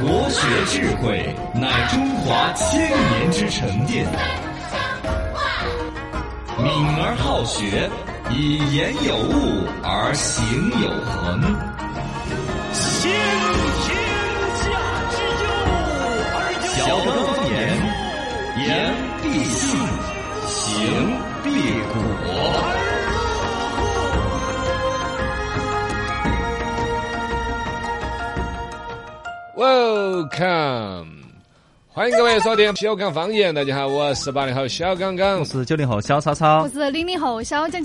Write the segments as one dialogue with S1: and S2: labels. S1: 国学智慧乃中华千年之沉淀，敏而好学，以言有物而行有恒。
S2: 先天下之忧而忧
S1: 小德方言，言必信，行必果。
S3: Welcome，欢迎各位收听小刚方言。大家好，我是八零后小刚刚
S4: 我。是九零后小超超
S5: 我，是零零后小江
S3: 那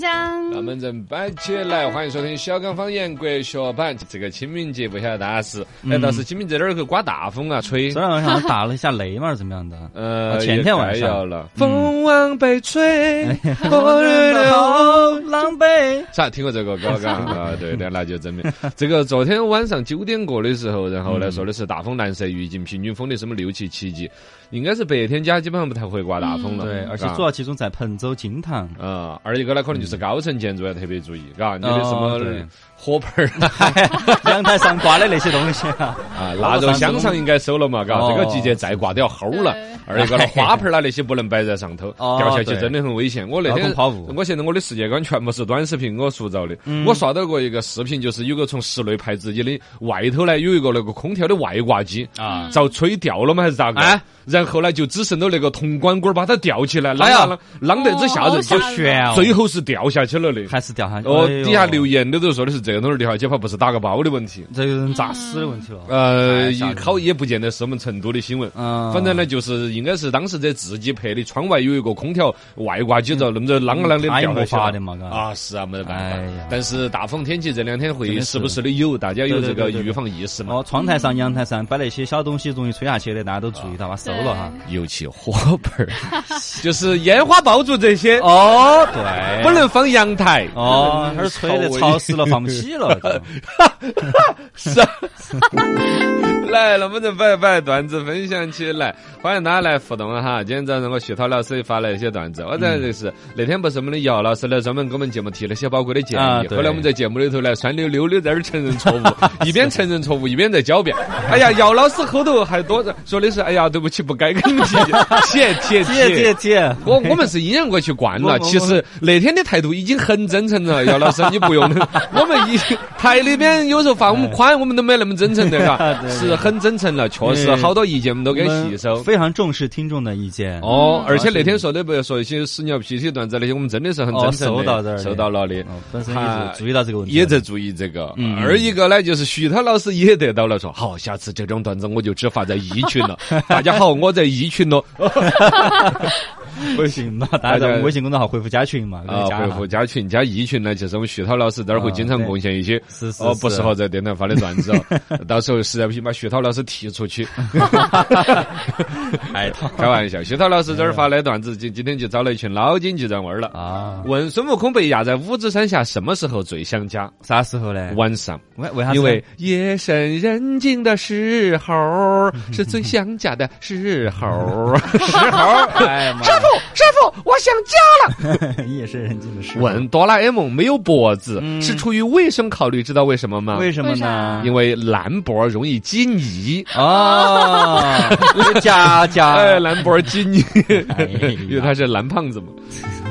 S5: 江，
S3: 们正摆起来，欢迎收听小刚方言国学版。这个清明节不晓得大家是，
S4: 嗯
S3: 哎，倒是清明节那儿去刮大风啊，吹
S4: 昨。天晚上打了一下雷嘛，是怎么样的？啊
S3: 呃，
S4: 前
S3: 也
S4: 天晚上嗯哎
S3: 该要了。
S4: 风
S3: 往北吹，
S4: 我 的好狼狈。
S3: 啥？听过这 个歌？嘎啊，对的，那就证明 这个。昨天晚上九点过的时候，然后
S4: 嗯
S3: 呢说的是大风蓝色预警，平均风力什么六七七级，应该是白天家基本上不太会刮大风了。
S4: 嗯对，而且
S3: 嘎
S4: 主要集中在彭州、金堂。
S3: 啊、而一个呢，可能就是高层建筑要特别注意，嘎，你的
S4: 哦
S3: 什么
S4: 对
S3: 火盆儿啊
S4: 阳台上挂的那些东西啊，
S3: 啊，腊肉香肠应该收了嘛，嘎，
S4: 哦
S3: 这个季节再挂都要齁了
S5: 对。
S3: 二一个呢，花盆儿啦那些不能摆在上头，
S4: 哦
S3: 掉下去
S4: 对
S3: 真的很危险。我那
S4: 劳
S3: 天
S4: 动抛物
S3: 我现在我的世界观全部是短视频我塑造的。
S4: 嗯
S3: 我刷到过一个视频，就是有个从室内拍自己的外头呢有一个那个空调的外挂机
S4: 啊，
S3: 遭吹掉了吗还是咋个
S4: 哎？
S3: 然后呢就只剩到那个铜管管儿把它吊起来，啷
S4: 哎呀
S3: 啷啷啷得之吓
S5: 哦
S3: 人，
S5: 好吓
S4: 悬哦，
S3: 最后是掉下去了的。
S4: 还是掉下去。
S3: 哦，
S4: 哎呦
S3: 底下留言的都说的是这个东西掉下去，怕不是打个包的问题。
S4: 这个人诈死的问题了。
S3: 呃，也
S4: 太哎吓人了
S3: 好也不见得是我们成都的新闻。
S4: 嗯
S3: 反正呢，就是应该是当时者自己拍的，窗外有一个空调外挂机
S4: 嗯
S3: 遭那么着啷个啷的
S4: 太
S3: 掉下
S4: 没
S3: 去了
S4: 法的嘛，嘎。
S3: 啊，是啊，没得办
S4: 哎
S3: 法
S4: 呀。
S3: 但是大风天气这两天
S4: 真
S3: 会
S4: 的是
S3: 时不时的有，大家有这
S4: 对对
S3: 个
S4: 对对对
S3: 预防意识嘛。
S4: 哦，窗台上、阳台上摆那些小东西，容易吹下去的，大家都注意到把收了哈。
S3: 尤其火 盆儿，就是烟花爆竹这些，
S4: 哦，对，
S3: 不能放阳台。
S4: 哦，那儿吹的潮湿了，放不起 了。就
S3: 是。 来，能不能摆摆段子分享起来？欢迎大家来互动哈！今天早上我徐涛老师也发了一些段子，我在就是那天不是我们的姚老师来专门给我们节目提了些宝贵的建
S4: 啊
S3: 议，
S4: 对
S3: 后来我们在节目里头呢，酸溜溜的在那儿承认错 误，一边承认错误一边在狡辩。哎呀，姚老师后头还多着说的是，哎呀，对不起，不该跟你提，谢谢
S4: 姐姐姐，
S3: 我我们是阴阳怪气惯了，
S4: 我我
S3: 其实那天的态度已经很真诚了，姚老师，你 不用的。我们一台里边有时候放我们宽，我们都没那么真诚的，嘎，
S4: 对
S3: 是很真诚了，确实
S4: 嗯
S3: 好多意见我们都给吸收。
S4: 非常重视听众的意见。
S3: 哦，而且那天说的不要说一些屎尿屁的段子那些，我们真的是很真诚的
S4: 哦收到这儿的
S3: 收到了的。
S4: 哦，本身
S3: 啊
S4: 一直注意到这个问题，
S3: 也在注意这个，
S4: 嗯
S3: 而一个呢，就是徐涛老师也得到了说，好，下次这种段子我就只发在一群 了。大家好，我在一群咯。
S4: 微 信嘛，大家
S3: 大
S4: 在
S3: 家
S4: 微信公众号回复加群嘛，给
S3: 啊
S4: 大，家加
S3: 回
S4: 哈
S3: 复加群加一群呢，就是我们徐涛老师这儿会经常
S4: 啊对
S3: 贡献一些
S4: 是是
S3: 哦不
S4: 是
S3: 适合在电台发的段子 哦，到时候实在不行把徐涛老师踢出去。
S4: 哎，他
S3: 开玩笑，徐涛老师这儿发的段子，今今天就找了一群老京剧人玩儿了。
S4: 啊，
S3: 问孙悟空被压在五指山下什么时候最想家？
S4: 啥时候呢？
S3: 晚上，
S4: 为为啥子？
S3: 因为夜深人静的时候是最想家的时 候。
S4: 石猴，哎呀妈呀，
S3: 师傅，我想家了。
S4: 夜深人静的时候，
S3: 问哆啦 A 梦没有脖子
S4: 嗯
S3: 是出于卫生考虑，知道为什么吗？
S4: 啊为什么
S5: 为
S4: 呢
S5: 啥？
S3: 因为兰博容易积泥。
S4: 啊， 加加，
S3: 哎， 兰博基尼，
S4: 哎呀
S3: 因为他是蓝胖子嘛。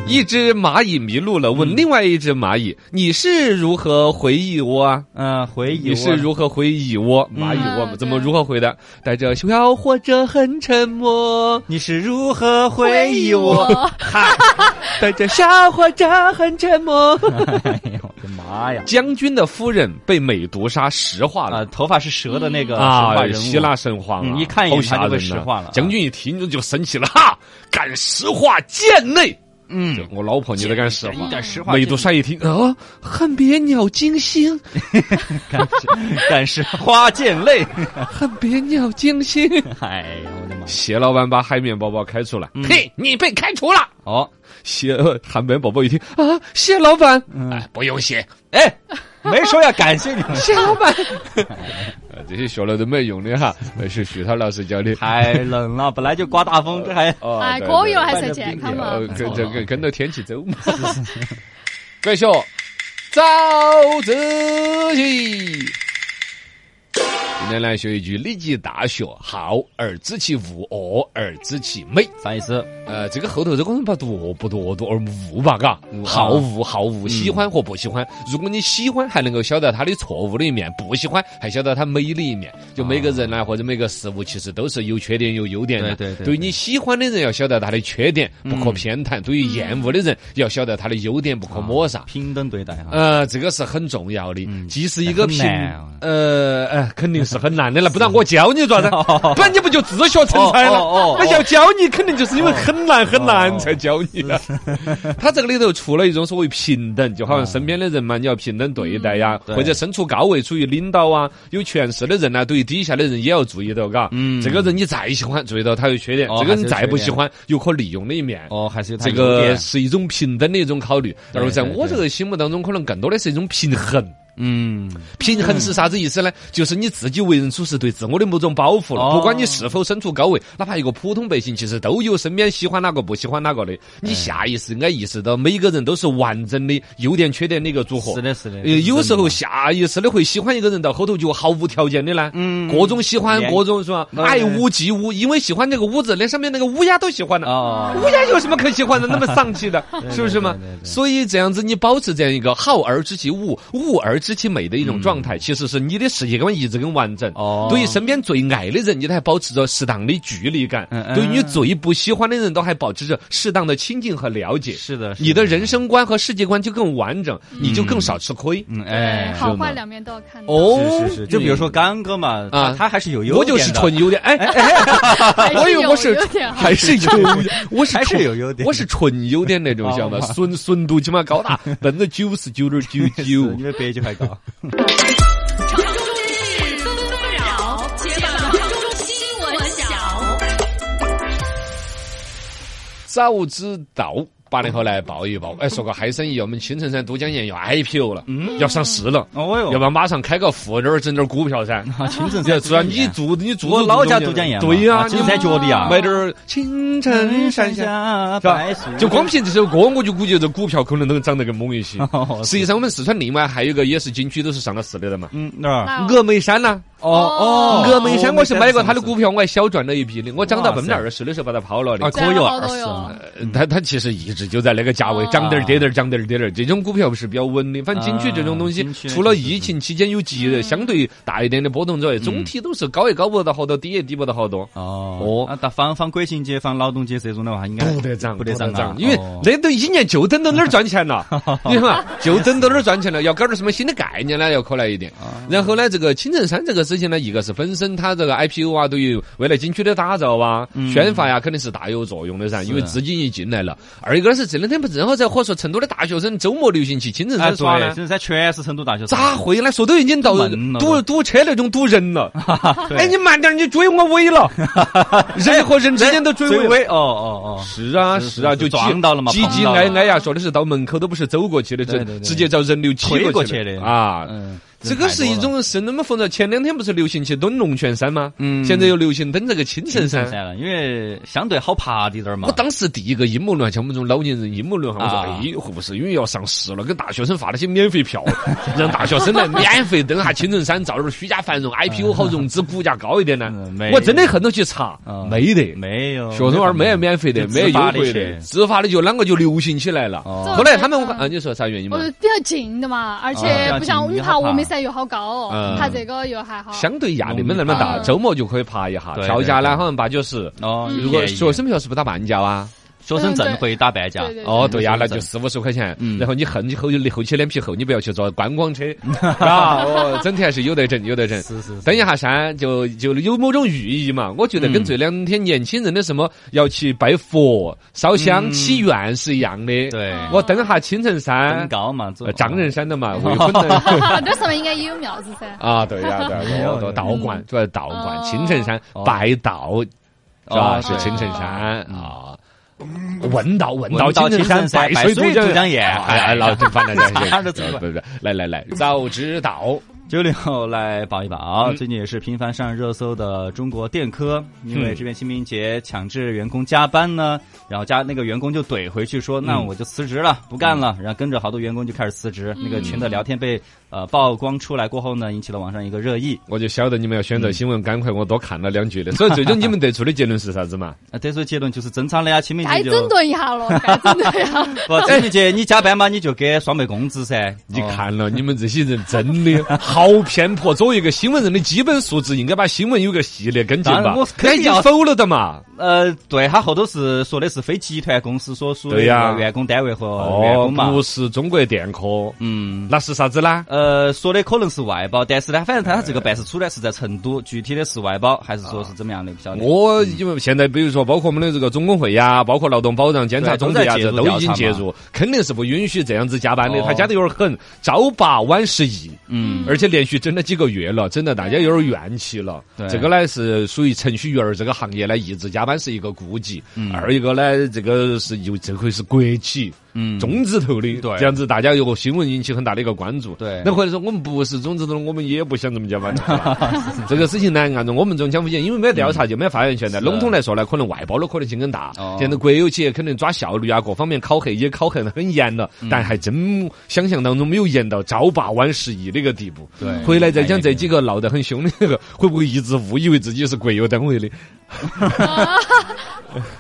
S3: 一只蚂蚁迷路了，问另外一只蚂蚁：“你是如何回蚁窝啊？
S4: 嗯，回忆
S3: 你是如何回蚁窝？蚂蚁窝嘛
S5: 嗯
S3: 怎么如何回答？带着笑或者很沉默，
S4: 你是如何回忆我？
S3: 带着笑或者很沉默。
S4: 哎呦，我的妈呀！
S3: 将军的夫人被美毒杀石化了
S4: 啊，。”头发是蛇的那个神话
S3: 啊，
S4: 人物
S3: 希腊神话啊、
S4: 嗯一看一眼
S3: 好吓
S4: 他就被
S3: 人呐
S4: 石化了
S3: 将军一提你就生气了，哈，敢石化贱内！
S4: 嗯
S3: 就，我老婆你都敢石
S4: 一
S3: 化？
S4: 点石化
S3: 美杜莎一听啊，恨别鸟惊 心，
S4: 敢敢是花溅泪。
S3: 恨别鸟惊心。
S4: 哎呀，我的妈！
S3: 谢老板把海绵宝宝开除了，嘿，你被开除了。
S4: 哦，
S3: 嗯谢呃海绵宝宝一听啊，谢老板，哎，不用谢，哎，
S4: 没说要感谢你们，
S3: 谢老 板。啊这些学了都没用的哈，那是徐涛老师教的。
S4: 太冷了，本来就刮大风，这还
S3: 哦
S5: 哎，
S3: 对
S5: 果
S3: 对
S5: 油还
S4: 拌
S5: 算
S4: 着
S5: 健
S4: 冰
S5: 康
S4: 点
S5: 嘛
S3: 呃，，跟着跟跟着天气走嘛。各位学，早自习。天来学一句礼记大学，好而知其恶，恶而知其美。
S4: 啥意思？
S3: 呃，这个后头这个人把读恶不读恶，读而恶吧，嘎，
S4: 啊
S3: 好恶好恶，喜欢和不喜欢。
S4: 嗯
S3: 如果你喜欢，还能够晓得它的错误的一面；不喜欢，还晓得它美的一面。就每个人呢，啊或者每个事物，其实都是有缺点有优点的。
S4: 啊对对对嗯
S3: 对于你喜欢的人，要晓得他的缺点，不可偏袒；对于厌恶的人，要晓得他的优点，不
S4: 啊
S3: 可抹杀。
S4: 平等对待哈。
S3: 呃，这个是很重要的。即使一个
S4: 啊嗯很
S3: 平
S4: 难啊，
S3: 呃，哎，肯定是很难 的了。不然我教你咋子？不然你不就自学成才
S4: 哦哦哦
S3: 了？那要教你，肯定就是因为很难很难才教你
S4: 哦
S3: 的。 他这个里头除了一种所谓平等，就好像身边的人嘛，你要平等对待呀，
S4: 嗯对
S3: 或者身处高位，处于领导啊，有权势的人呢，对于底下的人也要注意到，嘎。
S4: 嗯
S3: 这个人你再喜欢，注意到他有缺点；
S4: 哦
S3: 这个
S4: 还
S3: 人
S4: 是有
S3: 再不
S4: 缺点
S3: 喜欢，有可利用的一面。
S4: 哦，还是有它
S3: 这
S4: 优
S3: 个
S4: 点
S3: 是一种平等的一种考虑，
S4: 对
S3: 而在
S4: 对
S3: 我
S4: 对
S3: 这个心目当中，可能更多的是一种平衡。
S4: 嗯，
S3: 平衡是啥子意思呢？就是你自己为人处事对自我的某种包袱
S4: 哦
S3: 了，不管你是否身处高位，哪怕一个普通百姓，其实都有身边喜欢哪个不喜欢哪个的。你下意识应该意识到，每个人都是完整的优点缺点的一个组合。
S4: 是的，是的。
S3: 呃，有时候下意识的会喜欢一个人，到后头就毫无条件的呢，
S4: 嗯
S3: 各种喜欢，
S4: 连
S3: 各种是吧？
S4: 嗯
S3: 爱屋及乌，因为喜欢那个屋子，连上面那个乌鸦都喜欢了。
S4: 哦，
S3: 乌鸦有什么可喜欢的？那么丧气的，是不是嘛
S4: 对对对？对
S3: 所以这样子，你保持这样一个好而知其恶，恶而知其美的一种状态，其实是你的世界观一直更完整。
S4: 哦
S3: 对于身边最爱的人，你都还保持着适当的距离感
S4: 嗯；嗯
S3: 对于你最不喜欢的人，都还保持着适当的亲近和了解。
S4: 是的，是
S3: 你的人生观和世界观就更完整，你就更少吃亏。
S4: 嗯
S5: 对
S4: 哎，
S5: 好坏两面都要看到，
S3: 哦
S4: 是是是，就比如说刚哥嘛，啊，
S3: 啊
S4: 他还是有优
S3: 我
S4: 点的，哎
S3: 就是纯优点，哎，
S5: 还
S3: 我以
S5: 是
S3: 为
S5: 有
S3: 我是
S5: 有点好
S3: 还是优，我是
S4: 还是
S3: 纯
S4: 有优点
S3: 我是纯优点那种，晓 得吧？纯纯度起码高达百分之九十九点九九
S4: 是 因。为白酒还高。
S6: 城中日，纷纷扰，解放城中新闻小。
S3: 早知道。八零后来报一报，哎，说个嗨生意，我们青城山都江堰要 IPO 了，要上市了，
S4: 嗯哦哟
S3: 要不然马上开个户那儿整点股票 噻。
S4: 啊，青城
S3: 要
S4: 山
S3: 主要你住你住
S4: 我老家都
S3: 都
S4: 江堰嘛，
S3: 对呀，
S4: 啊青城山
S3: 你
S4: 脚底啊，
S3: 买点儿青城山下。
S4: 下
S3: 是吧？就光凭这首歌，我就估计这股票可能都涨得更猛一 些
S4: 哦。
S3: 实际上，我们四川另外还有一个也是景区，都是上了市啊的了嘛。
S4: 嗯那儿
S5: 那
S3: 峨眉山呐，
S4: 哦哦，
S3: 峨眉山我是买过它的股票，
S4: 票
S3: 我还小赚了一笔的。我涨到百
S4: 哇
S3: 分之
S4: 塞
S3: 二十的时候把它抛了的
S4: 啊，。
S5: 对啊
S4: 可有
S5: 好
S4: 二
S5: 多
S4: 十
S5: 有
S4: 啊，
S3: 呃它它其实一直就在那个价位，
S5: 哦
S3: 涨点儿跌点儿，涨点儿跌点儿。这种股票是比较稳的。反正景区这种东
S4: 啊
S3: 西
S4: 景区，
S3: 除了
S4: 是是是
S3: 疫嗯情期间有极相对大一点的波动之外，总体都是高也高不到好多，低也低不到好多。
S4: 哦
S3: 哦
S4: 那到放放国庆节、放劳动节这种的话，应该
S3: 不得涨，
S4: 不得涨啊，
S3: 因为
S4: 哦
S3: 那都一年就等到哪儿赚钱了，你看嘛，就等到哪儿赚钱了，要搞点什么新的概念呢，要可来一点。然后呢，这个青城山这个事情呢，一个是本身它这个 IPO 啊，对于未来景区的打造啊、宣发呀，肯定是大有作用的噻，因为资金一进来了。二一个是这两天不正好在火说成都的大学生周末流行去青城
S4: 哎
S3: 山耍呢
S4: 对，青？城山全是成都大学生，
S3: 咋会呢？说都已经到
S4: 闷了
S3: 堵堵车那种堵人了。
S4: 对
S3: 哎，你慢点儿，你追我尾了，人和人之间都追尾
S4: 追
S3: 了。
S4: 尾哦哦
S3: 是啊，
S4: 是
S3: 是啊，
S4: 是
S3: 就
S4: 撞
S3: 挤
S4: 到了嘛
S3: 挤
S4: 碰
S3: 挤
S4: 到
S3: 挨
S4: 了
S3: 挨呀，说的是到门口都不是走过去的，
S4: 对
S3: 直
S4: 对对
S3: 直接照人流
S4: 推
S3: 挤
S4: 过
S3: 去
S4: 去的哦，
S3: 啊。
S4: 嗯，
S3: 这个是一
S4: 人太多了
S3: 种是那么风潮。前两天不是流行去登龙泉山吗？
S4: 嗯
S3: 现在又流行登这个青城
S4: 青
S3: 山
S4: 城。山了，因为相对好爬的点儿嘛。
S3: 我当时第一个阴谋论，像我们这种老年人阴谋论哈，我说
S4: 啊
S3: 哎，护士因为要上市了，给大学生发那些免费 票，让大学生来免费登下青城山，造点儿虚假繁荣，IPO 好融资，股价高一点呢
S4: 嗯没。
S3: 我真的恨头去查
S4: 啊，
S3: 没得，
S4: 没有
S3: 学生娃儿没有免费的，
S4: 哦就
S3: 没有
S4: 自
S3: 优
S4: 发
S3: 惠
S4: 的
S3: 的，
S4: 去
S3: 自发的就啷个就流行起来了。
S4: 哦
S3: 后来他们我看
S5: 嗯
S3: 啊，你说啥原因嘛
S5: 我？比较近的嘛，而且
S4: 啊
S5: 不像我们
S4: 比较近
S5: 爬峨
S4: 比
S5: 眉
S4: 较
S5: 山又好高哦
S3: 嗯，
S5: 爬这个又
S4: 啊
S5: 还好。
S3: 相对压力没那么大，
S5: 嗯
S3: 周末就可以爬一下，
S4: 对
S3: 票价
S4: 对对
S3: 呢好像八九十。
S4: 哦，
S3: 如果
S4: 便宜
S3: 学生票是不是打半价啊？
S4: 学生证会打半价，
S5: 嗯对对
S3: 哦，对呀，
S4: 学
S3: 那
S4: 生
S3: 就
S4: 证
S3: 四五十块钱
S4: 嗯。
S3: 然后你恨你后后期脸皮厚，你不要去坐观光车， 啊，哦，整体还是有得整，有得整。
S4: 是是
S3: 登一下山就就有某种寓意嘛。我觉得
S4: 嗯
S3: 跟这两天年轻人的什么要去拜佛、烧香、祈愿是一样的。
S4: 嗯对，
S3: 我登下青城山
S4: 登，高嘛，走
S3: 呃，丈人山的 嘛，未婚的
S5: 啊，这上面应该也有庙子 噻。
S3: 啊，对呀，对
S4: 有
S3: 呀，
S4: 有
S3: 道道观主要是道观，
S5: 哦
S3: 青城山
S4: 哦
S3: 拜道是
S4: 哦
S3: 吧？是青城山啊。问道问道
S4: 问道
S3: 青城
S4: 青城山
S3: 拜水
S4: 拜水渡江哎
S3: 江
S4: 堰
S3: 哎，哎老正反了，
S4: 差点
S3: 这
S4: 走
S3: 不不，来来来，早知道
S4: 九零后来保一
S3: 嗯
S4: 保，最近也是频繁上热搜的中国电科，因
S3: 嗯
S4: 为这边清明节强制员工加班呢，然后加那个员工就怼回去
S3: 嗯
S4: 说：“那我就辞职了，不干了。”然后跟着好多员工就开始辞
S3: 嗯
S4: 职，那个群的聊天被呃曝光出来过后呢，引起了网上一个热议。
S3: 我就晓得你们要
S4: 嗯
S3: 选择新闻，赶快我多看了两句的。所以最终你们得出的结论是啥子嘛？
S4: 啊，得出结论就是正常的呀，清明
S5: 该
S3: 哎
S4: 节
S5: 整
S4: 就
S5: 顿一下了，该整顿一下。
S4: 不清明节你加班嘛，你就给双倍工资噻。
S3: 你
S4: 哦
S3: 看了，你们这些人真的好偏颇。作为一个新闻人的基本素质，应该把新闻有个系列跟进
S4: 当
S3: 吧
S4: 然我？肯
S3: 他已
S4: 定
S3: 经
S4: 要
S3: 否了的嘛。
S4: 呃，对，他后头是说的是非集团公司所属的
S3: 对呀
S4: 那个员工单位和员
S3: 哦
S4: 工，嘛
S3: 不，是中国电科，
S4: 嗯。
S3: 那是啥子呢？
S4: 呃，说的可能是外包，但是呢，反正他他这个办事处呢是在成都，具体的是外包还是说是怎么样的不晓得。
S3: 哎我因为现在比如说，包括我们的这个总工会呀，包括劳动保障监察
S4: 对
S3: 总局呀，
S4: 都在
S3: 这
S4: 介入
S3: 都已经
S4: 调查
S3: 介
S4: 嘛
S3: 入，肯定是不允许这样子加班的。
S4: 哦
S3: 他加的有点狠，朝八晚十一，
S4: 嗯，
S3: 而且连续整了几个月了，整得大家有点怨气了。
S4: 对
S3: 这个呢是属于程序员儿这个行业呢，一直加班是一个痼疾，二一个呢，这个是又这回是国企。
S4: 嗯
S3: 中字头的，
S4: 对
S3: 这样子大家有个新闻引起很大的一个关注。
S4: 对
S3: 那或者说我们不是中字头，我们也不想这么加班。 这个事情呢，按照我们这种讲法因为没调查就没发言权的。笼统来说呢，可能外包的可能性更大
S4: 啊哦。
S3: 现在国有企业可能抓效率啊，各方面考核也考核得很严了，
S4: 嗯
S3: 但还真想象当中没有严到朝八晚十一那个地步。
S4: 对哎
S3: 回来再讲这几个闹得很凶的那个，会不会一直误以为自己是国有单位的？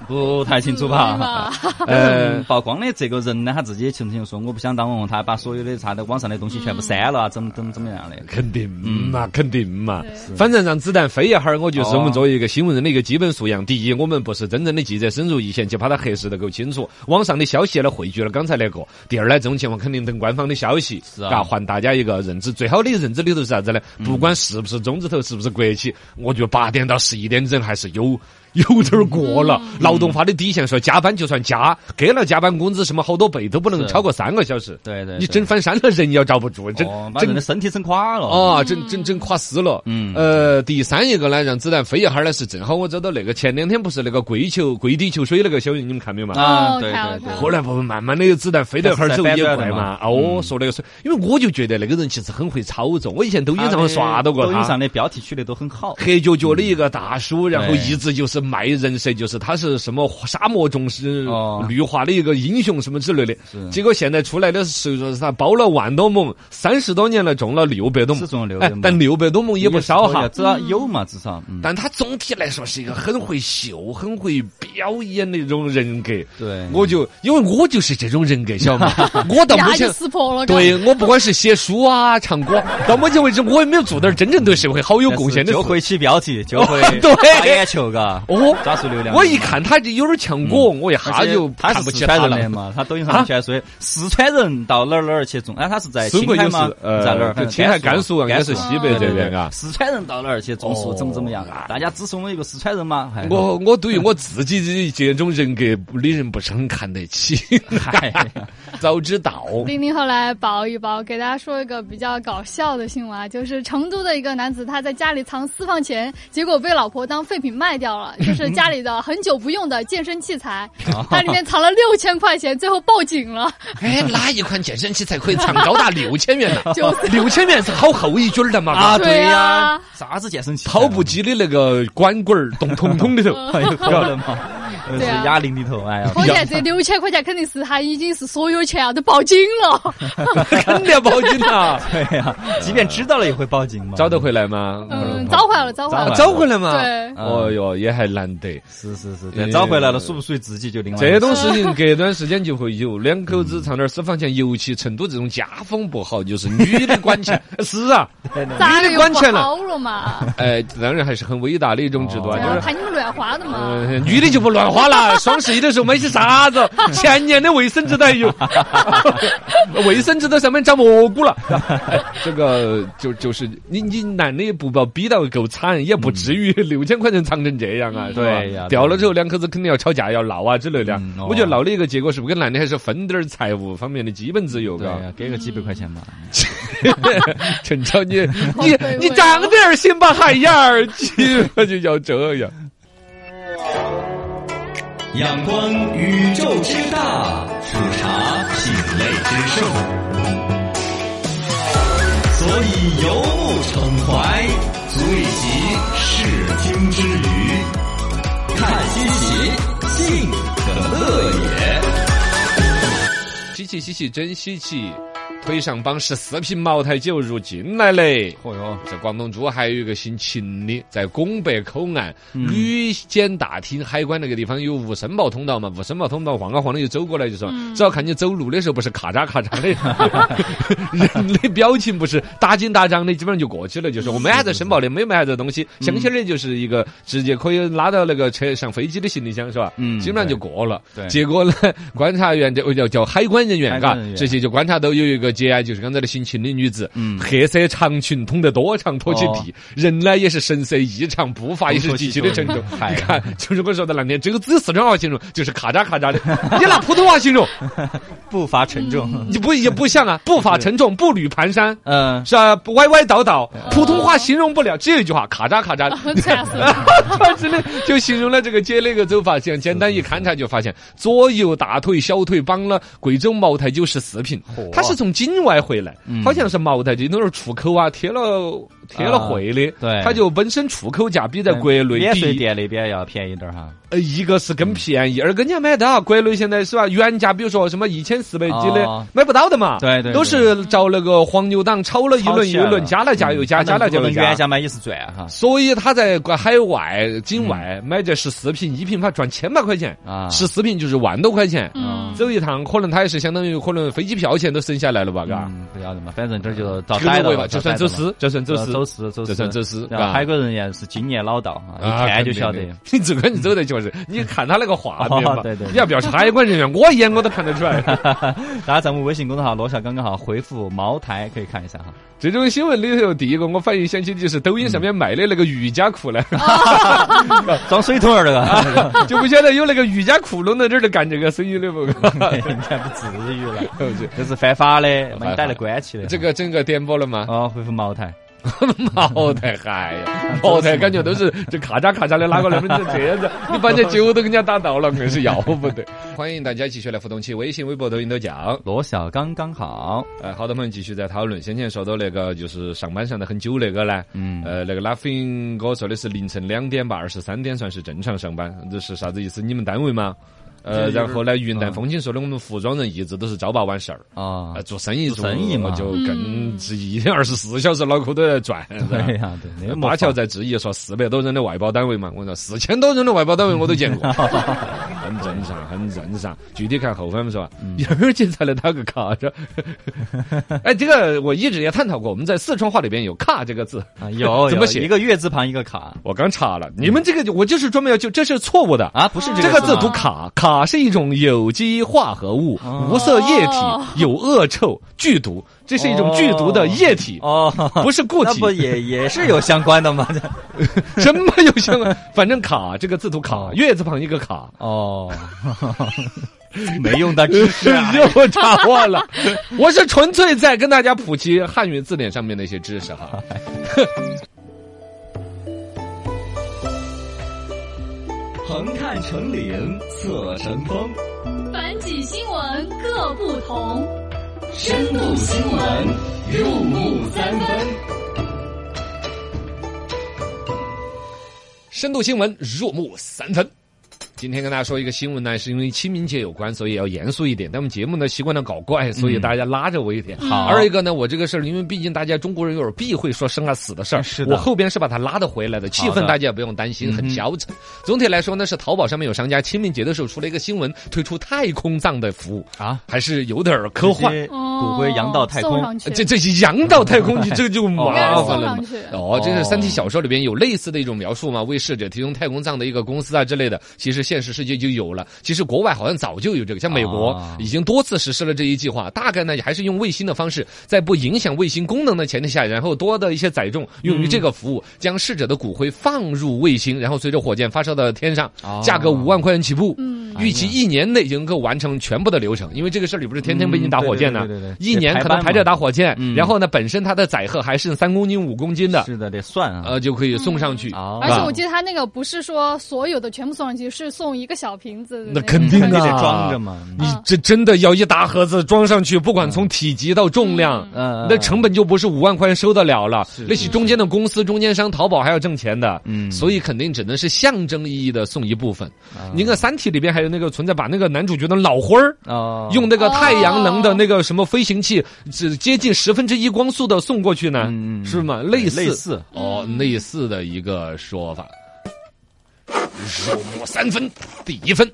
S4: 不太清楚 吧？
S5: 嗯吧？
S4: 呃，曝光的这个人呢，他自己也清楚说，我不想当网红，他把所有的啥的网上的东西全部删了啊，怎么怎么怎么样的。
S3: 肯定
S4: 嗯
S3: 嘛，肯定嘛，反正让子弹飞一会儿，我就是我们作为一个新闻人的一个基本素养。第一，我们不是真正的记者，深入一线去把它核实的够清楚。网上的消息呢，汇聚了刚才那个。第二呢，这种情况肯定等官方的消息，
S4: 是啊嗯
S3: 还大家一个认知。最好的认知里头是啥子呢？不管是不是中字头，是不是国企，我觉得八点到十一点整还是有。 有点儿过了，
S4: 嗯
S3: 劳动法的底线说加班就算加，给了加班工资什么好多倍都不能
S4: 是
S3: 超过三个小时。
S4: 对对
S3: 你
S4: 对
S3: 整翻山了，人要遭不住，整
S4: 哦，把
S3: 整
S4: 人的身体整垮了。
S3: 哦，整整整垮死了。
S4: 嗯
S3: 呃，第三一个呢，让子弹飞一哈儿呢，是正好我找到那个前两天不是那个跪求跪地求水那个小人，你们看没有嘛？
S4: 啊，
S5: 哦
S4: 对
S5: 看
S4: 对
S5: 了
S4: 对
S5: 看了
S3: 后来不慢慢的子弹飞到一会儿走也
S4: 开
S3: 怪
S4: 始在
S3: 嘛
S4: 翻，
S3: 哦，说那个是，因为我就觉得那个人其实很会操作，我以前抖音上刷到过
S4: 啊抖音上
S3: 他。
S4: 的标题取的都很好。
S3: 黑脚脚的一个大叔，然后
S4: 对
S3: 一直就是卖人设，就是他是什么沙漠中是
S4: 哦
S3: 绿化的一个英雄什么之类的。结果现在出来的是说是他包了万多亩，三十多年了种了六百多亩
S4: 是种了，600
S3: 哎
S4: 亩
S3: 但六百多亩也不少哈。
S4: 至少有嘛，至少。嗯，
S3: 但他总体来说是一个很会秀、很会表演的那种人格。
S4: 对
S3: 我就因为我就是这种人格，晓得 吗？我到目
S5: 牙
S3: 前
S5: 就。撕破了，
S3: 对我不管是写书啊、唱歌，到目前为止我也没有做点真正对社会好有贡献的
S4: 就
S3: 事。哦
S4: 会起标题，就会
S3: 对
S4: 打眼 球，嘎，
S3: 哦
S4: 抓住流量。嗯
S3: 我一看他就有点像我，我一下
S4: 而且
S3: 就
S4: 他
S3: 看
S4: 是
S3: 不
S4: 四
S3: 起
S4: 川
S3: 他
S4: 人的
S3: 了。啊
S4: 嘛，他抖音上面全说四川人到哪儿哪儿去种，哎，他是在
S3: 孙
S4: 青
S3: 贵
S4: 海
S3: 就是
S4: 吗？
S3: 呃
S4: 在哪儿？
S3: 就
S4: 反正
S3: 青海甘肃啊应该
S4: 甘
S3: 是
S4: 肃
S3: 西北
S4: 对
S3: 这
S4: 对
S3: 边
S4: 对
S3: 啊
S4: 四川人到哪儿去种
S3: 哦
S4: 树，怎么怎么样？大家只是我们一个四川人吗？哎
S3: 我我对于我自己的这种人格的人不是很看得起，
S4: 嗨，
S3: 早知 道。
S5: 零零后来保一保，给大家说一个比较搞笑的新闻啊，就是成都的一个男子他在家里藏私房钱，结果被老婆当废品卖掉了，就是家里的很久不用的健身器材，他里面藏了六千块钱，最后报警了。
S3: 哎，哪一款健身器材可以藏高达六千元呢？
S5: 就
S3: 六千元是好厚一卷儿的嘛？
S4: 啊，
S5: 对
S4: 呀、
S5: 呀
S4: 啥子健身器材？
S3: 跑 步机的那个管管儿，咚咚咚里头。
S4: 哎，有可 能吗？是
S5: 对啊
S4: 哑铃里头，哎呀，
S5: 而且这六千块钱肯定是他已经是所有钱啊，都报警了。
S3: 肯定要报警 啦！
S4: 对呀、即便知道了也会报警嘛。
S3: 找啊得回来吗？
S5: 嗯，召唤了，召唤
S3: 啊
S5: 了。
S3: 找回来嘛？
S5: 对
S3: 哦哟，也还难得。
S4: 是是是，
S3: 呃
S4: 但找回来了，属不属于自己就另外一回事。
S3: 这种事情隔段时间就会有，两口子藏点私房钱，尤其成都这种家风不好，就是女的管 钱。是啊，
S5: 咋
S3: 你
S5: 了
S3: 的
S5: 又
S3: 关
S5: 不
S3: 钱了
S5: 好了嘛？
S3: 哎，当然还是很伟大的一种制度啊，
S5: 对
S3: 就
S5: 啊
S3: 是。
S5: 怕你们乱花的嘛。
S3: 嗯，女的就不乱花了。双十一的时候买些啥子？前年的卫生纸都还有， 卫生纸都上面长蘑菇了。 哎这个就就是你你男的也不把逼到够惨，也不至于六千块钱藏成这样啊，是吧
S4: 嗯对呀
S3: 掉了之后两口子肯定要吵架，要闹啊之类的啊
S4: 嗯。哦
S3: 我觉得闹的一个结果是不是跟男的还是分点儿财务方面的基本自由，啊
S4: 对
S3: 嘎
S4: 呀、。给个几百块钱嘛。
S3: 嗯陈超，你你
S5: 好卑微
S3: 你长点儿心吧，海燕儿， 基本就要这样。
S1: 仰观宇宙之大，俯察品类之盛。所以游牧统怀足以习视听之娱，看稀奇，性可乐也。
S3: 稀奇稀奇真稀奇，腿上绑十四瓶茅台酒入境来嘞。
S4: 哦哟，
S3: 在广东珠海有一个姓秦的，在拱北口岸
S4: 嗯
S3: 旅检大厅海关那个地方有无申报通道嘛？无申报通道晃啊晃的就走过来，就说只要看你走路的 时候不是咔嚓咔嚓的，人的表情不是打紧打张的，基本上就过去了。就是我没啥子申报的，没买啥子东西，
S4: 嗯
S3: 香香的就是一个直接可以拉到那个车上飞机的行李箱是吧？
S4: 嗯
S3: 基本上就过了。
S4: 对
S3: 结果呢，观察员这叫叫海关人员，
S4: 海
S3: 嘎
S4: 关人，员
S3: 这些就观察到有一个结案，就是刚才的姓秦的女子，
S4: 嗯哦
S3: 黑色长裙捅得多长拖起地，人呢也是神色异常，步伐也是极其的沉重。
S4: 嗨
S3: 你看，就是我说的那天，这个只是四川话形容，就是咔嚓咔嚓的。你拿普通话形容，
S4: 步伐沉重，
S5: 嗯
S3: 你不也不像啊，步伐沉重，步履蹒跚。
S4: 嗯，
S3: 是啊，歪歪倒
S4: 哦
S3: 倒，普通话形容不了，只有一句话，咔嚓咔嚓的。
S5: 吓死 了！
S3: 他真的就形容了这个姐那个走法，这样简单一勘察就发现，左右大腿、小腿绑了贵州茅台酒十四瓶。他是从境外回来，好像是茅台酒那儿出口啊，贴了贴了汇的。
S4: 嗯对
S3: 他就本身出口价比在国内
S4: 嗯免税
S3: 低，
S4: 店那边要便宜点儿哈，
S3: 呃一个是更便
S4: 嗯
S3: 宜，二个你还买得到。国内现在是吧，原价比如说什么一千四百几的
S4: 哦，
S3: 买不到的嘛。
S4: 对对对
S3: 都是照那个黄牛党炒了一
S4: 炒
S3: 轮
S4: 起
S3: 一
S4: 来
S3: 轮，
S4: 了嗯
S3: 加了价又加，加了价
S4: 我
S3: 又
S4: 们
S3: 加
S4: 原。价买也是赚啊哈，
S3: 所以他在国海外境外买这十四瓶，一瓶他赚千把块钱，
S4: 嗯啊，
S3: 十四瓶就是万多块钱。
S5: 嗯，
S3: 走一趟，可能他也是相当于可能飞机票钱都省下来了吧，嘎、
S4: 嗯，不要得嘛，反正这儿就遭
S3: 这个
S4: 逮
S3: 认
S4: 到
S3: 为
S4: 了
S3: 吧，就算走，私，就算走
S4: 遭
S3: 私
S4: 逮，到了走私，走私，
S3: 就算走私，
S4: 然后
S3: 嘎
S4: 海国人也是经验老道啊，
S3: 啊
S4: 一看就晓。
S3: 肯
S4: 得
S3: 定。的 你这个你走得就是，你看他那个画面嘛，
S4: 哦对对对
S3: 你要不要是海关人员，我一眼我都看得出来。
S4: 大家在我们微信公众号“罗小刚刚好”回复“茅台”可以看 一下哈。
S3: 这种新闻里头，第一个我反应想起就是抖音上面卖的那个瑜伽裤呢，
S4: 嗯装水桶儿这个，
S3: 就不晓得有那个瑜伽裤弄到这儿就干这个生 意的不？
S4: 应该不至于了，这是犯法的，把你逮来关起的。
S3: 这个整个颠簸了吗？
S4: 哦，回复茅台，
S3: 茅台嗨 呀，茅台感觉都是这咔嚓咔嚓的拿过来，这这样 子，你把人家酒都给人家打倒了，硬是要不得。 欢迎大家继续来互动起，微信、微博、抖音都讲。
S4: 罗小刚刚好。
S3: 呃，好多朋友继续在讨论，先前说到那个就是上班上的很久那个呢，
S4: 嗯
S3: 呃，那个拉菲哥说的是凌晨两点吧，二十三点算是正常上班，这是啥子意思？你们单位吗？呃，
S4: 这就是
S3: 然后呢，云淡
S4: 嗯
S3: 风轻说的，我们服装人一直都是朝八晚十儿，
S4: 啊
S3: 呃，，做生意
S4: 做生意嘛
S3: 就更是一天二十四小时脑壳都在 转，是吧
S4: 对哎呀，对，那
S3: 马桥在质疑说四百多人的外包单位嘛，我说四千多人的外包单位我都见
S4: 嗯
S3: 过，很正常，很正常。具体看后方是吧？
S4: 嗯
S3: 一会儿警察来打个卡 着。哎，这个我一直也探讨过，我们在四川话里边有“卡”这个字，
S4: 啊有
S3: 怎么
S4: 有
S3: 写
S4: 一个月字旁一个卡
S3: 我刚查了，你们这个就我就是专门要就这是错误的。
S4: 啊，不是
S3: 这
S4: 个
S3: 个字
S4: 吗
S3: 读卡，卡是一种有机化合物，
S4: 哦
S3: 无色液体
S5: 哦，
S3: 有恶臭、剧毒，这是一种剧毒的液体，
S4: 哦，
S3: 不是固
S4: 那
S3: 体。
S4: 不也也是有相关的吗？
S3: 什么有相关？反正卡这个字读卡
S4: 哦，
S3: 月字旁一个卡，。
S4: 哦，没用的知识啊
S3: 又查忘了。我是纯粹在跟大家普及汉语字典上面的一些知识 哈。
S1: 横看成岭侧成峰，
S6: 反几新闻各不同，
S1: 深度新闻入木三分。
S3: 深度新闻入木三分。今天跟大家说一个新闻呢，是因为清明节有关，所以要严肃一点。但我们节目呢，习惯的搞怪，所
S4: 嗯
S3: 以大家拉着我一点。
S4: 好
S3: 二一个呢，我这个事儿，因为毕竟大家中国人有点避讳说生啊死的事儿，
S4: 是的
S3: 我后边是把它拉得回来的，气
S4: 好
S3: 氛
S4: 的嗯
S3: 大家也不用担心，很消沉。总体来说呢，是淘宝上面有商家清明节的时候出了一个新闻，推出太空葬的服务，
S4: 啊，
S3: 还是有点儿科幻。
S4: 直接
S5: 哦
S4: 骨灰扬到太空
S5: 送，上去，
S3: 这这扬到太空 去，这个就麻
S5: 该
S3: 烦
S5: 送
S3: 了嘛
S5: 上。去。
S3: 哦，这是《
S4: 哦
S3: 三体》小说里边有类似的一种描述嘛？为逝者提供太空葬的一个公司啊之类的，其实现实世界就有了。其实国外好像早就有这个，像美国
S4: 啊
S3: 已经多次实施了这一计划。大概呢，也还是用卫星的方式，在不影响卫星功能的前提下，然后多的一些载重用于这个服务，
S4: 嗯
S3: 将逝者的骨灰放入卫星，然后随着火箭发射到天上
S4: 哦，
S3: 价格五万块钱起步。
S5: 嗯
S4: 哎
S3: 预期一年内就能够完成全部的流程，因为这个事儿里不是天天被你打火箭呢
S4: 嗯对对对对对，
S3: 一年可能排着打火箭
S4: 嗯，
S3: 然后呢，本身它的载荷还剩三公斤、五公斤的，
S4: 是的，得算啊。
S3: 呃，就可以送上去。啊
S4: 哦
S5: 而且我记得他那个不是说所有的全部送上去，是送一个小瓶子的
S3: 那
S5: 个
S3: 肯定
S4: 你
S3: 啊
S4: 得装着嘛。
S3: 你
S5: 啊
S3: 这真的要一大盒子装上去，不管从体积到重量，
S4: 嗯，
S3: 那成本就不是五万块收得了了
S4: 是。
S3: 那是中间的公司、中间商、淘宝还要挣钱的，
S4: 嗯啊
S3: 所以肯定只能是象征意义的送一部分。你看《三体》里边还有那个存在，把那个男主角的脑花儿。
S4: 哦
S3: 用那个太阳能的那个什么飞行器，只接近十分之一光速的送过去呢，
S4: 嗯嗯
S3: 是吗？类似
S4: 类似
S3: 哦，类似的一个说法。入木三分，第一分。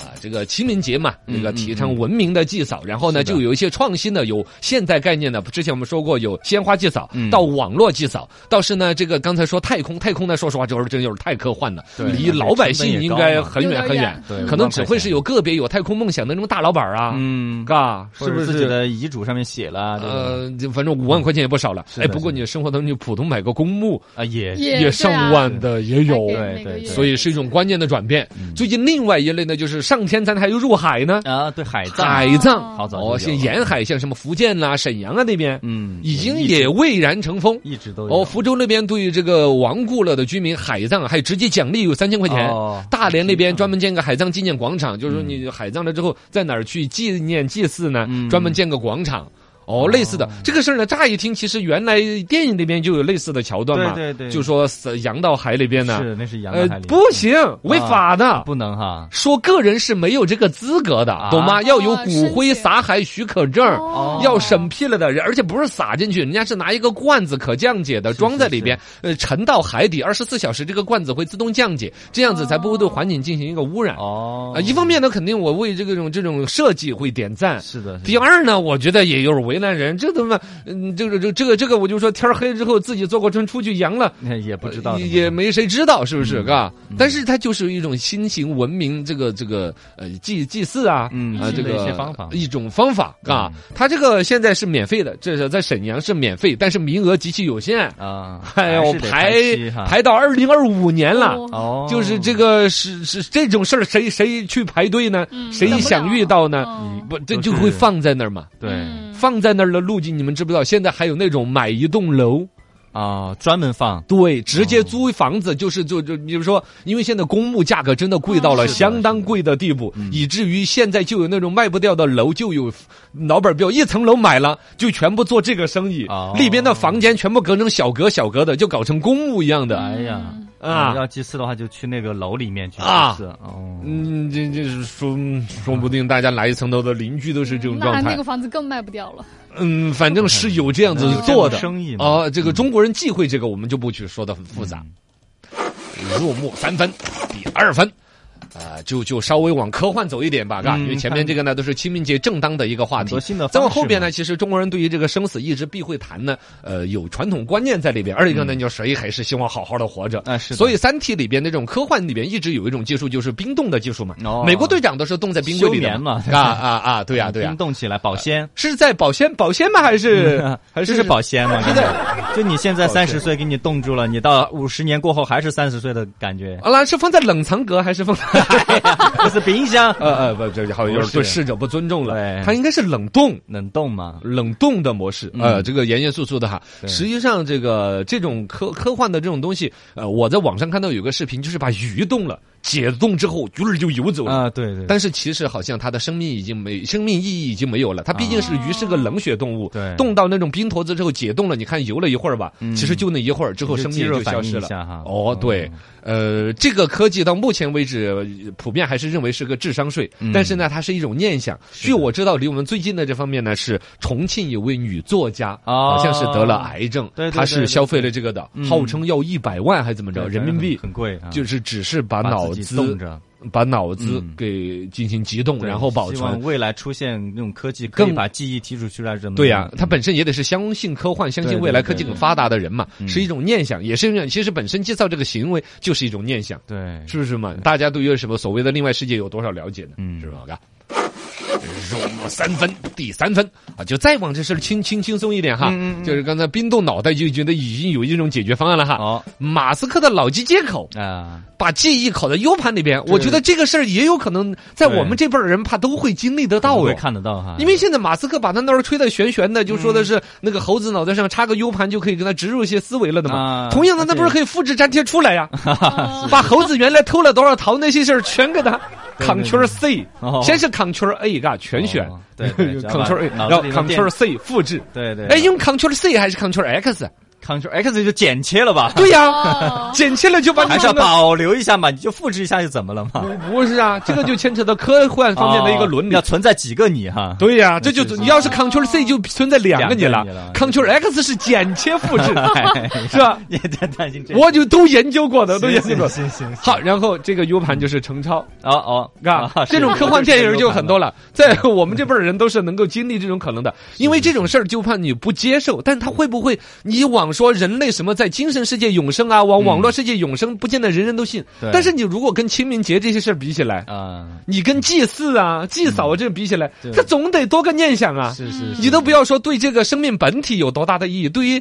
S3: 啊，这个清明节嘛，那个提倡文明的祭扫，然后呢，
S4: 嗯是的
S3: 就有一些创新的，有现代概念的。之前我们说过，有鲜花祭扫，
S4: 嗯
S3: 到网络祭扫。倒是呢，这个刚才说太空，太空呢，说实话，就是真就是太科幻了，
S4: 对
S3: 离老百姓应该很
S5: 有
S3: 远
S5: 点
S3: 很
S5: 远
S3: 远
S4: 对，
S3: 可能只会是有个别有太空梦想的那种大老板儿啊，
S4: 嗯，
S3: 嘎，
S4: 是
S3: 是
S4: 不
S3: 不
S4: 是自己
S3: 是？
S4: 的遗嘱上面写了？这个
S3: 呃，就反正五万块钱也不少了。
S4: 是的
S3: 哎，不过
S4: 是的
S3: 你生活当中，你普通买个公墓
S4: 啊，也
S5: 也
S3: 也上万的也有，
S5: 对啊
S4: 对嗯
S5: 每个
S4: 对，
S5: 月
S3: 所以是一种观念的转变。最近另外一类呢，就是上天咱还有入海呢，
S4: 啊，对海葬，
S3: 海葬，
S4: 好早就有
S3: 哦，像沿海，像什么福建啦、沈阳啊那边，
S4: 嗯，
S3: 已经
S4: 一直
S3: 也蔚然成风。
S4: 一直都有
S3: 哦，福州那边对于这个亡故了的居民海葬，还直接奖励有三千块钱。
S4: 哦
S3: 大连那边专门建个海葬纪念广场，就是说你海葬了之后，在哪儿去纪念祭祀呢？
S4: 嗯
S3: 专门建个广场。哦，类似的这个事儿呢，乍一听，其实原来电影那边就有类似的桥段嘛，
S4: 对对对
S3: 就说死扬到海里边呢，
S4: 是那是洋
S3: 呃
S4: 的海，里，啊
S3: 不行，违法的。
S4: 不能哈。
S3: 说个人是没有这个资格
S4: 啊
S3: 的，懂吗？要有骨灰撒海许可证，
S5: 哦
S3: 要审批了的，而且不是撒进去，人家是拿一个罐子可降解的，装在里边，呃，沉到海底，二十四小时这个罐子会自动降解，这样子才不会对环境进行一个污染。啊、
S4: 哦，
S3: 一方面呢，肯定我为这个种这种设计会点赞。
S4: 是的，是的
S3: 第二呢，我觉得也有点为难人，这他妈，嗯，这个这个这个这个，我就说天儿黑之后自己坐过船出去扬了，
S4: 那也不知道
S3: 也也没谁知道是不是，
S4: 嗯
S3: 嘎、但是它就是一种新型文明，这个这个呃祭祭祀啊，
S4: 嗯
S3: 啊、这
S4: 新的
S3: 个
S4: 一些方法嗯
S3: 一种方法，嘎、它这个现在是免费的，这是在沈阳是免费，但是名额极其有限。
S4: 啊，
S3: 哎
S4: 还
S3: 呦，
S4: 是得
S3: 排
S4: 期哈
S3: 排到二零二五年了。
S5: 哦
S4: 哦，
S3: 就是这个是是这种事儿，谁谁去排队呢？
S5: 嗯
S3: 谁想遇到呢？
S5: 嗯
S3: 不，这
S4: 都
S3: 就是会放在那儿嘛。
S4: 对
S5: 嗯
S3: 放在那儿的路径，你们知不知道？现在还有那种买一栋楼，
S4: 啊，专门放
S3: 对，直接租房子就是就就，比如说，因为现在公墓价格真的贵到了
S4: 啊是的嗯
S3: 相当贵的地步，以至于现在就有那种卖不掉的楼，就有老板标一层楼买了，就全部做这个生意
S4: 哦，
S3: 里边的房间全部隔成小格小格的，就搞成公墓一样的
S4: 哎呀
S3: 啊。
S4: 要祭祀的话就去那个楼里面去祭
S3: 啊
S4: 祀哦，
S3: 嗯，这这是说说不定大家哪一层楼的邻居都是这种
S5: 那
S3: 状
S5: 那
S3: 态
S5: 个。房子更卖不掉 了。
S3: 嗯，反正是有这样子
S4: 有这
S3: 做
S4: 种
S3: 的。
S4: 生意嘛，
S3: 啊，这个中国人忌讳这个，我们就不去说的很复杂。
S4: 嗯
S3: 入木三分，比二分。啊、就就稍微往科幻走一点吧，嘎、
S4: 嗯
S3: 因为前面这个呢都是清明节正当的一个话
S4: 很
S3: 题
S4: 多，新的
S3: 再往
S4: 方式
S3: 后边呢，
S4: 嘛
S3: 其实中国人对于这个生死一直避讳谈呢，呃，有传统观念在里边。二一个呢，就谁还是希望好好的活着，
S4: 嗯啊是的
S3: 所以《三体》里边那种科幻里边一直有一种技术，就是冰冻的技术嘛。
S4: 哦
S3: 美国队长都是冻在冰柜里
S4: 休
S3: 的
S4: 眠嘛
S3: 啊啊啊！对呀、对呀、
S4: 冰冻起来保鲜。
S3: 是在保鲜保鲜吗？还 是还
S4: 这是保鲜吗？现在就你现在三十岁给你冻住了，你到五十年过后还是三十岁的感觉，
S3: 啊，那是放在冷藏格还是放在？
S4: 这是冰箱
S3: 呃呃，不，这好像有点对
S4: 不是嗯
S3: 逝者不尊重了
S4: 对。
S3: 它应该是 冷冻。
S4: 能冻吗？
S3: 冷冻的模式，呃，这个严严肃肃的哈。实际上，这个这种科科幻的这种东西，呃，我在网上看到有个视频，就是把鱼冻了，解冻之后，鱼儿就游走了。
S4: 啊，对对，
S3: 但是其实好像它的生命已经没生命意义已经没有了，它毕竟是鱼是个冷血动物，
S4: 啊对嗯
S3: 冻到那种冰坨子之后解冻了，你看游了一会儿吧，其实就那一会儿之后
S4: 你就
S3: 生命
S4: 肌肉
S3: 就消
S4: 反应
S3: 失
S4: 一
S3: 了
S4: 下哈。
S3: 哦，对，呃，这个科技到目前为止呃普遍还是认为是个智商税，
S4: 嗯
S3: 但是呢，它是一种念想。据我知道，离我们最近的这方面呢是重庆有位女作家，
S4: 哦
S3: 好像是得了癌症
S4: 对，对
S3: 她
S4: 对
S3: 是
S4: 对
S3: 消费了这个的，号称要一百万还怎么着
S4: 对
S3: 人民币
S4: 很。很贵啊，
S3: 就是只是把
S4: 把
S3: 脑
S4: 自己
S3: 子
S4: 冻着，
S3: 把脑子
S4: 嗯
S3: 给进行急冻，
S4: 对
S3: 然后保
S4: 希
S3: 存
S4: 望。嗯未来出现那种科技，可以
S3: 更
S4: 把记忆提取出来，人
S3: 对呀、他本身也得是相信科幻、相信未来科技更发达的人嘛，
S4: 嗯
S3: 是一种念想，也是一种。其实本身制造这个行为就是一种念想，
S4: 对
S3: 嗯是不是嘛？大家对于什么所谓的另外世界有多少了解呢？啊
S4: 嗯
S3: 是吧？嘎融三分抵三分啊，就再往这事儿轻轻轻松一点哈，
S4: 嗯
S3: 就是刚才冰冻脑袋就觉得已经有一种解决方案了哈。
S4: 好
S3: 马斯克的脑机接口，
S4: 啊，
S3: 把记忆拷到 U 盘里边，我觉得这个事儿也有可能在我们这辈儿人怕都会经历得到哦
S4: 我会。看得到哈，
S3: 因为现在马斯克把他那儿吹得悬悬的，就说的
S4: 嗯
S3: 是那个猴子脑袋上插个 U 盘就可以给他植入一些思维了的嘛
S4: 啊。
S3: 同样的，
S4: 对
S3: 那不是可以复制粘贴出来呀？
S5: 哦
S3: 把猴子原来偷了多少桃那些事儿全给他
S4: 对对
S3: Ctrl C，
S4: 哦
S3: 先是 Ctrl A 嘎全选
S4: 哦对 对只要把
S3: ，Ctrl A，
S4: 脑
S3: 然
S4: 子
S3: 后
S4: 里的电
S3: Ctrl C 复制。
S4: 对对，
S3: 哎，用 Ctrl C 还是 Ctrl X？
S4: Ctrl X 就剪切了吧，
S3: 对呀，
S5: 哦
S3: 剪切了就把你
S4: 还是要
S3: 弄到
S4: 保留一下嘛，你就复制一下就怎么了嘛？
S3: 不是啊，这个就牵扯到科幻方面的一个伦理
S4: 哦要。存在几个你哈？
S3: 对呀、这就是你要是 Ctrl C 就存在两个你了
S4: 两个你了
S3: c t r l X 是剪切复制，
S4: 哎，
S3: 是吧？
S4: 也太担心这个。
S3: 我就都研究过的，都研究过。
S4: 行行，
S3: 好，然后这个 U 盘就是程超，
S4: 哦哦，
S3: 啊
S4: 啊，
S3: 这种科幻电影就很多
S4: 了。
S3: 了，在我们这辈儿人都是能够经历这种可能的，因为这种事儿就怕你不接受，但他会不会你往说人类什么在精神世界永生啊，往网络世界永生，不见得人人都信
S4: 嗯对，
S3: 但是你如果跟清明节这些事儿比起来，
S4: 啊，
S3: 你跟祭祀啊、祭扫啊这比起来
S4: 嗯对，
S3: 他总得多个念想啊，
S4: 是是，
S3: 你都不要说对这个生命本体有多大的意义，对于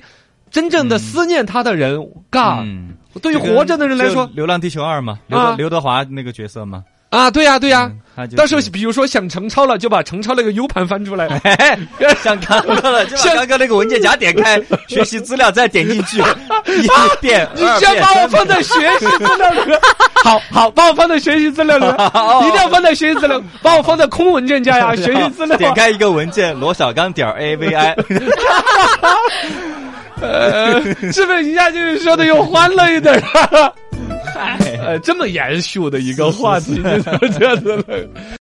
S3: 真正的思念他的人，嘎，
S4: 嗯，
S3: 啊对于活着的人来说
S4: 《流浪地球二》嘛，刘德
S3: 啊
S4: 刘德华那个角色嘛，
S3: 啊，对呀对呀
S4: 嗯他就是
S3: 到时候比如说想程超了，就把程超那个 U 盘翻出来。
S4: 哎 像刚刚了，就把
S3: 像
S4: 刚刚那个文件夹点开，学习资料再点进 去，一遍，
S3: 你
S4: 二
S3: 先
S4: 遍
S3: 把我
S4: 三遍
S3: 放在学习资 料里面，好好，把我放在学习资料里面，
S4: 哦
S3: 一定要放在学习资料，把我放在空文件夹 呀，学习资料。
S4: 点开一个文件，罗小刚点 A V I，
S3: 呃，是不是一下就是说的又欢乐一点啊 哎了？呃，这么严肃的一个话题，就是这样子了。